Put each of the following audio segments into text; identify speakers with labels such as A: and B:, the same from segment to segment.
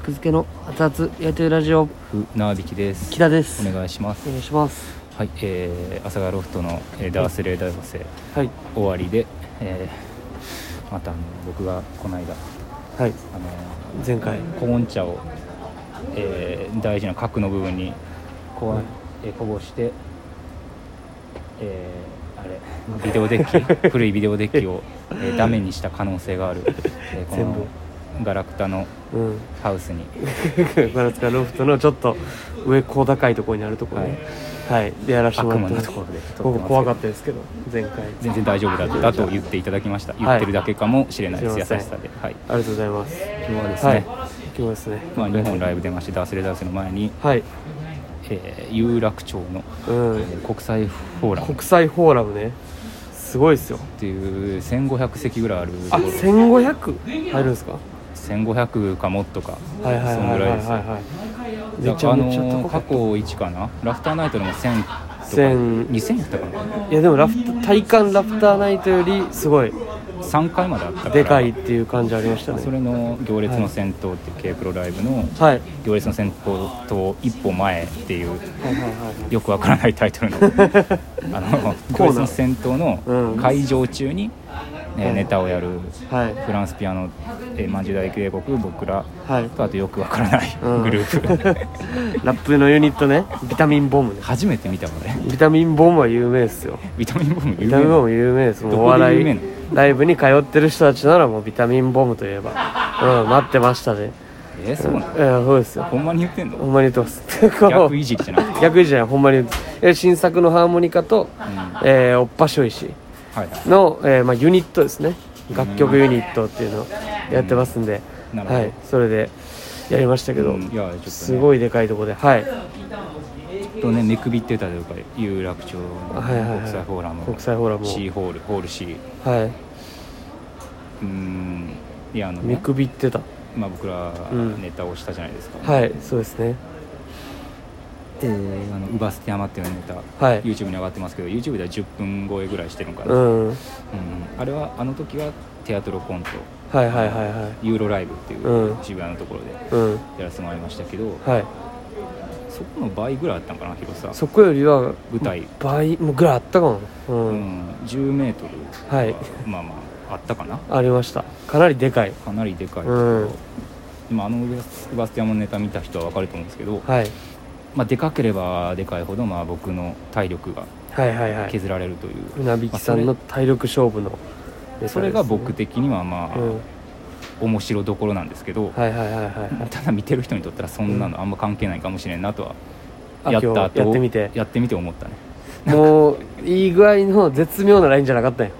A: 格付けの熱々やりとりラジオ
B: なびきです
A: 北です
B: お願いします
A: お願いします
B: はいえー、朝霞ロフトの、えーダースレーダー補正
A: はい
B: 終わりで、えー、またあの僕がこの間
A: はい
B: あの
A: 前回
B: コーン茶を、えー大事な核の部分にこう、えーこぼしてえーあれビデオデッ キ古いビデオデッキを、えーダメにした可能性がある、えーこ
A: 全
B: の
A: 部
B: ガラクタの
A: うん
B: ハウスに
A: ガラスカロフトのちょっと上高高いところにあるところではい、でやらせてもらってます
B: 悪魔のところで撮ってますけど
A: ここ怖かったですけど前回
B: 全然大丈夫だだと言っていただきました言ってるだけかもしれないです、
A: すいません
B: 優しさではい
A: ありがとうございます
B: 今日はですね、
A: はい今日はですね
B: まあ、日本ライブ出ましてダースレダースの前に、
A: はい
B: えー有楽町
A: う
B: の、
A: ん
B: えー国際フォーラム
A: 国際フォーラムねすごいですよ
B: っていう1500席ぐらいある
A: あ1500入るんですか
B: 1500かもっとか
A: はいはい
B: そ
A: は
B: ん
A: いは
B: ぐ
A: い
B: ら
A: はい
B: で
A: い
B: す
A: はい
B: だ
A: めち
B: から
A: ゃ
B: あ
A: めちゃ高
B: のー
A: か
B: 過
A: っ
B: 去1かなラフターナイトでも1000とか
A: 1000
B: 2000やったかな
A: たいやでもラフタ体感ラフターナイトよりすごい
B: 3回まであったから
A: でかいっていう感じありました
B: そ
A: ね
B: れの「行列の先頭」っていう K プロライブの
A: はいはい
B: 「行列の先頭と一歩前」っていう
A: はいはい
B: よくわからないタ イトルの
A: コーナ
B: あの
A: ー
B: 行列の先頭の会場中に、え
A: う
B: ー
A: ん
B: ネタをやる
A: はいはい
B: フランスピアノ、えー、マンジュ大帝国僕ら
A: はい
B: とあとよくわからない
A: うん
B: グルー プ、
A: ラップのユニットねビタミンボムね
B: 初めて見たわね
A: ビタミンボムは有名ですよ
B: ビタミンボム有
A: ビ
B: 名
A: タミンボ
B: な
A: ム有名ですもう
B: ど
A: お
B: こで有
A: 笑
B: 名
A: い
B: なの
A: ライブに通ってる人たちならもうビタミンボムといえばうん待ってましたね
B: えーそうなの
A: えーそうですよ
B: ほんまに言ってん
A: ほ
B: の
A: んまに言ってます
B: 逆いじりじゃなくて、
A: 逆じゃないほんまにえ新作のハーモニカと、
B: うんは
A: えーおっぱしょいし
B: いはい
A: の、えーまあ、ユニットですね楽曲ユニットっていうのをやってますんで、
B: うんなるほど
A: はい、それでやりましたけど、
B: うんいやちょっとね
A: すごいでかいとこではい
B: とね、寝くびってたというか有楽町の
A: は
B: 国
A: いはいはい
B: 際フォーラム、
A: 国際フォーラムを
B: C ホールホール C
A: は
B: うーんいやあの
A: い見
B: ね、
A: くびってた
B: まあ、僕ら
A: うん
B: ネタをしたじゃないですか、
A: はいそうですね
B: えー、あの「ウバステ山」っていうネタ、
A: はい
B: YouTube に上がってますけど YouTube では10分超えぐらいしてるのかな、
A: う
B: うん
A: んはい
B: あれはあの時はテアトロコント
A: はいはいは
B: ユーロライブっていう、
A: うん
B: 渋谷のところで
A: いうん
B: やらせてもらいましたけど
A: はい
B: そこの倍ぐらいあったのかな広さ
A: そこよりは
B: 舞台、
A: 倍もぐらいあったかもう、
B: うんん、10メートル
A: はい
B: まあまああったかな
A: ありましたかなりでかい
B: かなりでかいけ
A: う
B: ど、
A: ん
B: 今あのウバステ山のネタ見た人は分かると思うんですけど、
A: はい
B: まあ、でかければでかいほど、まあ、僕の体力が
A: はいはいはいう
B: 削られるという、
A: なびきさんの体力勝負のネタですね
B: それが僕的にはまあ、
A: うん
B: 面白どころなんですけど、
A: はいはいはいはいはい
B: ただ見てる人にとったらそんなのあんま関係ないかもしれんなとは、
A: あ
B: やった
A: 今日
B: 後
A: やってみて
B: やってみて思ったね
A: もういい具合の絶妙なラインじゃなかったよ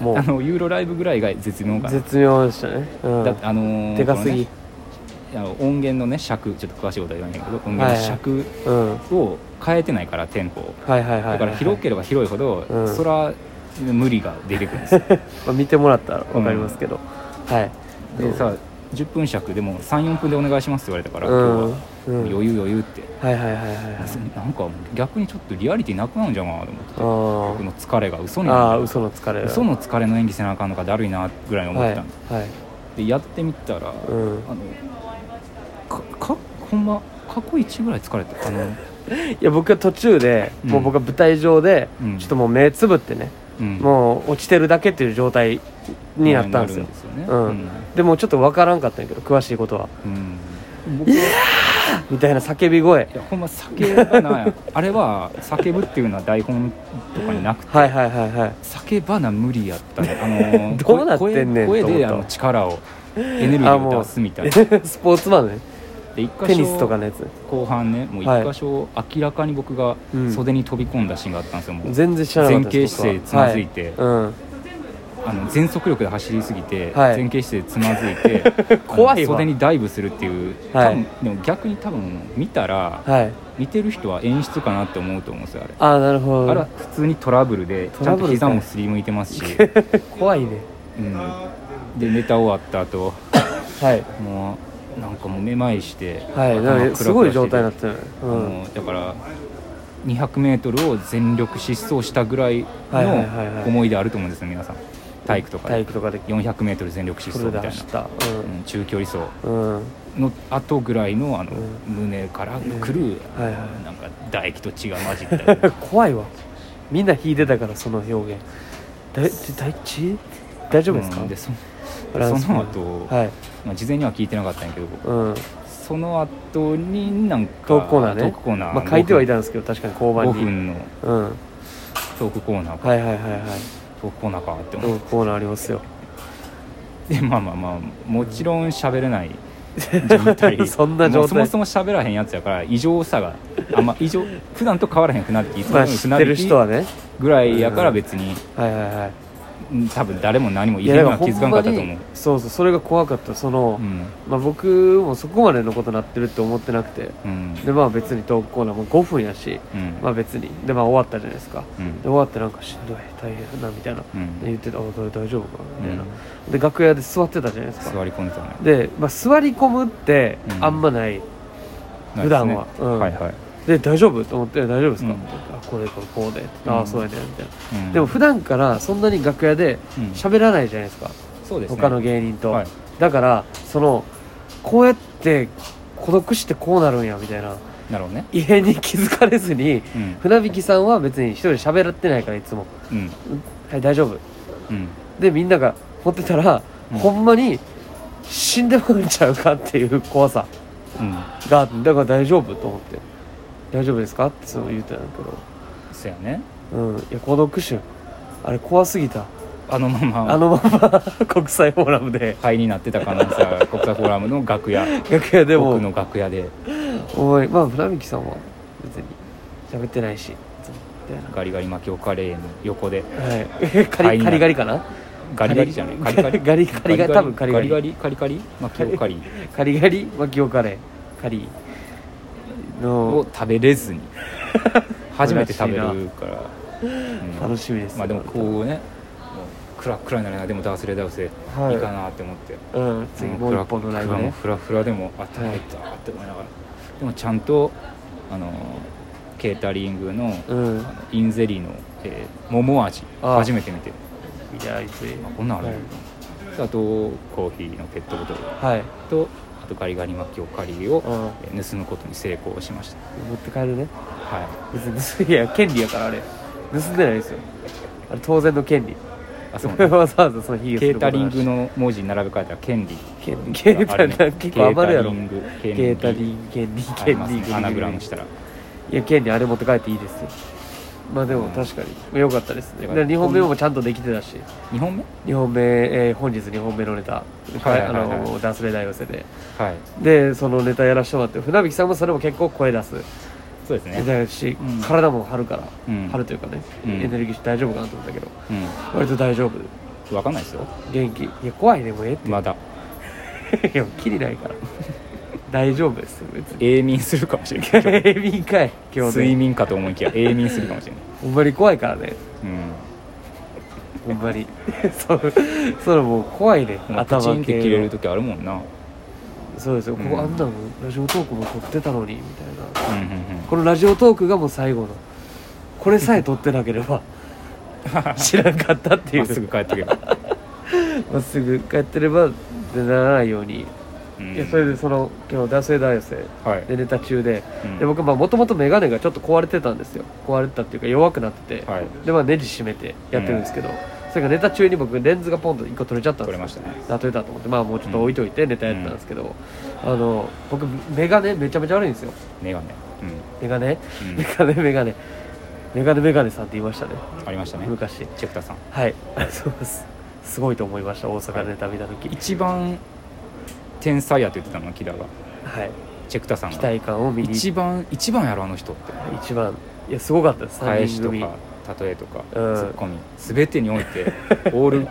A: も
B: あ
A: う
B: のユーロライブぐらいが絶妙かな
A: 絶妙でしたねうん
B: だってあのー
A: でかす
B: この
A: ぎ
B: ねあの音源のね尺ちょっと詳しいことは言わないけど音源の尺
A: うんはい
B: を変えてないからテンポを
A: はいはいはい
B: だから広ければ広いほど、
A: うん
B: そら無理が出てくるんですよ
A: まあ見てもらったら分かりますけどはい
B: でさ10分尺でも34分でお願いしますって言われたから、
A: うんう
B: 今日は
A: ん
B: 余裕余裕って、
A: はいはいはいはいはい
B: なんか逆にちょっとリアリティなくなるんじゃんかなと思ってて
A: あ
B: 僕の疲れが嘘
A: ー
B: になる
A: あー嘘の疲れ
B: 嘘の疲れの演技せなあかんのかだるいなぐらいに思
A: は
B: っ
A: い
B: てたんで,、
A: はい
B: でやってみたら、
A: うん
B: あのかかほんま過去一ぐらい疲れたあの、
A: いや僕は途中で
B: うん
A: もう僕は舞台上で
B: うん
A: ちょっともう目つぶってね
B: うん
A: もう落ちてるだけっていう状態になったんですよ
B: なるね
A: うんでもちょっと分からんかったんやけど詳しいことは
B: うん僕はい
A: みたいな叫び声
B: やほんま酒がな あれは叫ぶっていうのは台本とかになくて
A: はいはいはいはい
B: 酒ばな無理やったね、あのー
A: どうなってんねん
B: 声
A: と思
B: 声
A: っ
B: で
A: た
B: あの力をエネルギーを出すみたい な
A: スポーツマンね
B: で一箇所
A: テニスとかのやつ
B: 後半ねもう
A: はい
B: 一箇所明らかに僕が
A: うん
B: 袖に飛び込んだシーンがあったんですよ、もう
A: 全然知らなかったです
B: 前傾姿
A: 僕
B: 勢
A: は
B: つまずいて
A: は
B: あの全速力で走りすぎて、
A: はい
B: 前傾姿勢でつまずい て
A: 怖いわ
B: あの袖にダイブするっていう、
A: はい
B: 多分でも逆に多分見たら
A: い、うん、はい
B: 見てる人は演出かなって思うと思うんですよあれ、
A: ああなるほ
B: あれは
A: ど
B: 普通にトラブルで
A: ト
B: ちゃ
A: ラ
B: ん
A: ブ
B: と
A: ルですね
B: 膝もすりむいてま すし、
A: 怖いね
B: うん、でネタ終わった後
A: はい
B: もうなんかもうめまいして、
A: はい
B: 頭
A: なんかすごい状態になってるうん
B: もうだから200メートルを全力疾走したぐらい
A: はいはいはいはい
B: の思い出あると思うんですよ皆さん。体育とか
A: 体
B: で
A: 育とかで
B: 400m 全力疾
A: フ
B: 走
A: ル
B: み
A: で
B: たい
A: 走っ
B: な、
A: た
B: うん、中距離走
A: うん、うん、
B: の後ぐらいのあの、
A: うん
B: 胸からくる、
A: うんはいはい
B: なんか唾液と血が混じったり
A: 怖いわみんな引いてたからその表現だ大地大丈夫ですか、
B: うんでそ
A: フランス
B: その後
A: はい、
B: まあ、事前には聞いてなかったんやけど
A: うん、
B: その後になんか
A: トークコーナーね
B: トークコーナー
A: まあ、書いてはいたんですけど確かに交
B: 5
A: 番に、
B: 分の
A: うん、はい
B: トークコーナーか、
A: はいはいはい
B: トークコーナーかって
A: ト
B: 思っ
A: ークコーナーありますよ
B: て、まあまあまあもちろん喋れない状 態
A: そんな状態
B: もうそもそも喋らへんやつやから異常さがあんま異常普段と変わらへんくなっていつも
A: まあ
B: より
A: 知
B: く
A: っ
B: な
A: てる人はね
B: ぐらいやから
A: うん
B: 別に、
A: はいはいはい
B: うん多分誰も何も異
A: いや
B: 変
A: だか
B: は
A: ら
B: 気
A: ほ
B: づか
A: んま
B: なかったと思
A: に
B: う
A: そうそうそれが怖かったその、
B: うん
A: まあ、僕もそこまでのことなってるって思ってなくて
B: うん
A: でまあ別にトークコーナーも5分やし
B: うん
A: まあ別にでまあ終わったじゃないですか
B: うん
A: で終わってなんかしんどい大変だみたいな、
B: うん
A: で言ってたあ大大丈夫かなみたいな、
B: う
A: で楽屋で座ってたじゃないですか
B: 座り込んでたね
A: で、まあ、座り込むって
B: うん
A: あんまない、普段は
B: です
A: う
B: ね
A: ん
B: はいはい、
A: で大丈夫と思って大丈夫ですか、
B: うん
A: って言ってあこれこれこうでって言ってあ
B: うん
A: あそうやねみたいな、
B: うん
A: でも普段からそんなに楽屋で
B: うん
A: 喋らないじゃないですか、
B: そうですね
A: 他の芸人と、
B: はい
A: だからそのこうやって孤独してこうなるんやみたいな
B: なるほどね
A: 異変に気づかれずに
B: うん
A: 船引さんは別に一人喋ってないからいつも
B: うん
A: 「うんはい大丈夫
B: うん」
A: でみんなが持ってたら、
B: うん
A: ほんまに死んでもらうんちゃうかっていう怖さ
B: うん
A: があってだから大丈夫と思って「大丈夫ですか?」ってその言うてたんだ
B: そやね
A: けど、うん、いや孤独臭あれ怖すぎた
B: あのまま
A: あのまま 国際フォーラムで
B: 灰になってた可能性が国際フォーラムの楽屋
A: 楽屋でも
B: 僕の楽屋で
A: おいまあ船引さんは別に喋ってないしみたいな
B: ガリガリ巻きおカレーの横で
A: はい えカ
B: あいい
A: リカ
B: な
A: リガリかな
B: ガリガリじゃないガリガリ
A: ガリガリが多分カリガリ
B: ガリガリカリ巻きお カリ
A: カリガリマキオカレーカリ
B: を
A: の
B: 食べ れずに初めて食べるから、うん
A: 楽しみです
B: まあでもこうね暗暗いならでもダースレダースでいい
A: はい
B: かなって思って、
A: う、うん、次もう一本のライブ
B: もう
A: ね
B: フラフラでも頭痛いたって思いながらでもちゃんとあのケータリングの
A: うん
B: あのインゼリーの、えー桃味
A: ああ
B: 初めて見て
A: いやあいつ
B: あこんなんあるんやあとコーヒーのペットボトル
A: はい、はい
B: とあとガリガリ巻きおかりを
A: うん、
B: えー盗むことに成功しました
A: 持って帰るね
B: は
A: 別に盗いや権利やからあれ盗んでないですよあれ当然の権利
B: いあそうね
A: わざわざそのヒゲす
B: ケ
A: ること
B: ータ
A: なし
B: リングの文字に並べ替えたら権利
A: 権利ケータリング結構余るやろ
B: ケ
A: ケー
B: ー
A: タ
B: タ
A: リ
B: リング
A: ング権利
B: 権利
A: 権
B: あ
A: 利
B: りますねアナグラムしたら
A: いや権利あれ持って帰っていいですよまあで
B: う
A: も
B: ん
A: 確かに良かったですね
B: よかった
A: 2本目もちゃんとできてたし
B: 2本目
A: 2本目、えー本日2本目のネタ、
B: はいはいはい
A: あのダンスレ大寄せで
B: はい
A: でそのネタやらせてもらって船引さんもそれも結構声出す
B: そうです
A: ネ
B: ね
A: タやし、
B: うん
A: 体も張るから、
B: うん
A: 張るというかね、
B: うん
A: エネルギーして大丈夫かなと思ったけど
B: うん
A: 割と大丈夫
B: 分かんないですよ
A: 元気いや怖いねもうええっ
B: まだ
A: ていやきりないから 大丈夫ですよ別に
B: 永眠するかもし れない今日
A: え敏かい今日
B: 睡
A: で
B: 眠かと思いきや永眠するかもしれない
A: ほんまに怖いからね
B: うん
A: ほんま にそうそれもう怖いね
B: まあパチ
A: 頭
B: ンって
A: 系
B: 切れる
A: と
B: 時あるもんな
A: そうですよ、こ
B: うん
A: こあんなのラジオトークも撮ってたのにみたいな
B: うんうんうん
A: このラジオトークがもう最後のこれさえ撮ってなけれ ば知らんかったっていう
B: まっすぐ帰ってくる、
A: まっすぐ帰ってればでならないように、
B: うん
A: いやそれでその今日男性大生
B: はい
A: でネタ中で,、
B: うん
A: で僕もともと眼鏡がちょっと壊れてたんですよ壊れてたっていうか弱くなってて、
B: はい
A: でまあネジ締めてやってるんですけど、それがネタ中に僕レンズがポンと1個取れちゃったん
B: 取
A: です
B: れ
A: よ
B: ましたね
A: あ取れたと思ってまあもうちょっと置いといてネタやってたんですけど、あの僕眼鏡めちゃめちゃ悪いんですよ
B: 眼鏡
A: 眼鏡
B: うん、うん
A: メガネメガネメガネメガネさんって言いましたね
B: ありましたね
A: 昔
B: チェプタさん
A: はいあそうですすごいと思いました大阪ネタ見た時
B: 一番天才やって言ってたの木田が
A: はい
B: チェクタさん
A: 期
B: が
A: 待感を見に
B: 一番一番やろあの人って
A: 一番いやすごかったです
B: 返
A: 3
B: し
A: 人
B: と
A: 組
B: か例えと
A: う
B: か、
A: ん
B: ツッコミ全てにおいて オール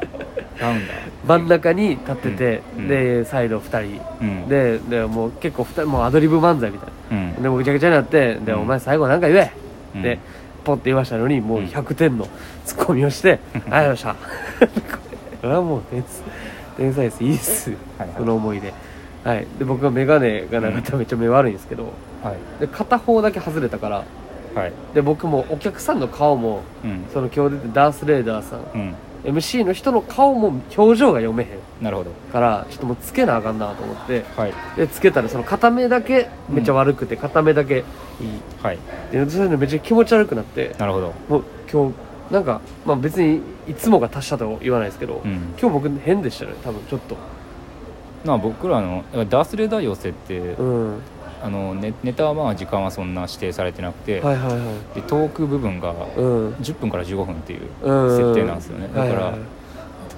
B: ラウンダー
A: 真ん中に立ってて、
B: うん
A: でサイド2人
B: うん、
A: ででもう結構二人もうアドリブ漫才みたい
B: うん
A: なでもうぐちゃぐちゃになって「で
B: うん
A: お前最後なんか言え!」
B: うん
A: でポンって言いましたのにもう
B: うん
A: 100点のツッコミを して「ありがとうございました」 これはもう天才天才ですいいっす
B: はいはい
A: その思い出はいで僕は眼鏡がなかったらめっちゃ目悪いんですけど
B: はい
A: で片方だけ外れたから
B: はい
A: で僕もお客さんの顔も
B: うん
A: その今日出てダース・レーダーさん
B: うん
A: MC の人の顔も表情が読めへん
B: なるほど
A: からちょっともうつけなあかんなと思って
B: はい
A: でつけたらその片目だけめっちゃ悪くて、片目だけいい
B: はい
A: でそういうのめっちゃ気持ち悪くなって
B: なるほど
A: もう今日なんか、まあ、別にいつもが達者とは言わないですけど、
B: うん
A: 今日僕変でしたね多分ちょっと
B: まあ僕らのだからダース・レーダー寄せって、
A: うんは
B: あのネネタはまあ時間はそんな指定されてなくて、
A: いはいは
B: でトーク部分が
A: いうん
B: 10分から15分っていう
A: うん
B: 設定なんですよね、だから、
A: はいはいはい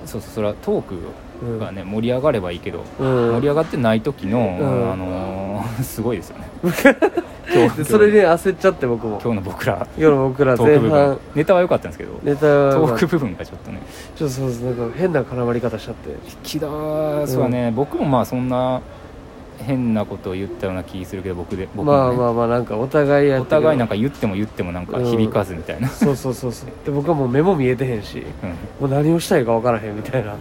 B: そうそうそれはトー
A: うん
B: クがね、盛り上がればいいけど、
A: うん
B: 盛り上がってない時の、
A: ん
B: あのー すごいで すよね
A: でそれで焦っちゃって僕も
B: 今日の僕ら
A: 今日の僕ら
B: トー
A: 前
B: ク部
A: 半
B: 分ネタは良かったんですけど、
A: ネタは
B: ト
A: ま
B: ー
A: あ
B: ク部分がちょっとね
A: ちょっとそうですなんか変な絡まり方しちゃって
B: 引き出すはね、僕もまあそんな変なことを言ったような気するけど僕で僕もね、
A: まあまあまあなんかお互いや
B: お互いなん
A: か
B: か言っても言ってもなんか響かず みたいな、
A: そうそうそうそうで僕はもう目も見えてへんし
B: うん
A: もう何をしたいか分からへんみたいな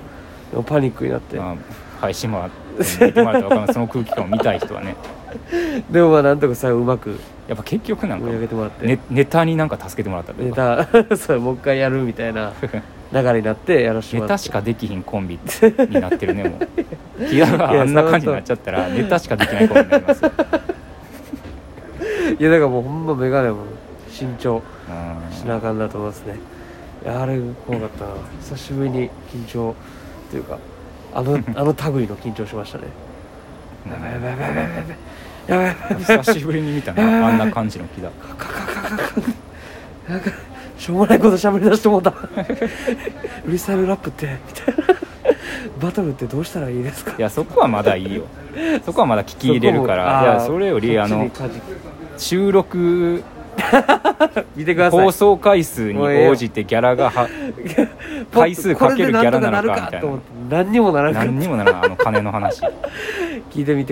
A: でもパニックになって
B: まあ、配信もあって見てもらったら分かりますその空気感を見たい人はね
A: でもまあなんとか最後うまく
B: やっぱ結局なんか
A: 盛り上げてもらって
B: ネネタになんか助けてもらったとい
A: ネ
B: うか
A: タ そうもう一回やるみたいな流れになってやらして
B: ネ
A: もら
B: タ
A: って
B: しかできひんコンビになってるねも う気があんな感じになっちゃったらネタしかできないコンビになり ますよ、
A: いやだからもうほんま眼鏡も慎重
B: うん
A: しなあかんなと思いますねいやあれ怖かったな久しぶりに緊張というかあのあの類の緊張しましたねやばいやばいやばいやばいやばいやばいやばい
B: 久しぶりに見たなあんな感じの気だ
A: なんかしょうもないこと喋りだしてもうたフリースタイルラップってみたいなバトルってどうしたらいいですか
B: いやそこはまだいいよそこはまだ聞き入れるからいやそれよりあの収録
A: 見てください
B: 放送回数に応じてギャラがは回数かけるギャラなのかみたいな
A: 何にもならなかった
B: 何にもならないあの金の話
A: 聞いてみて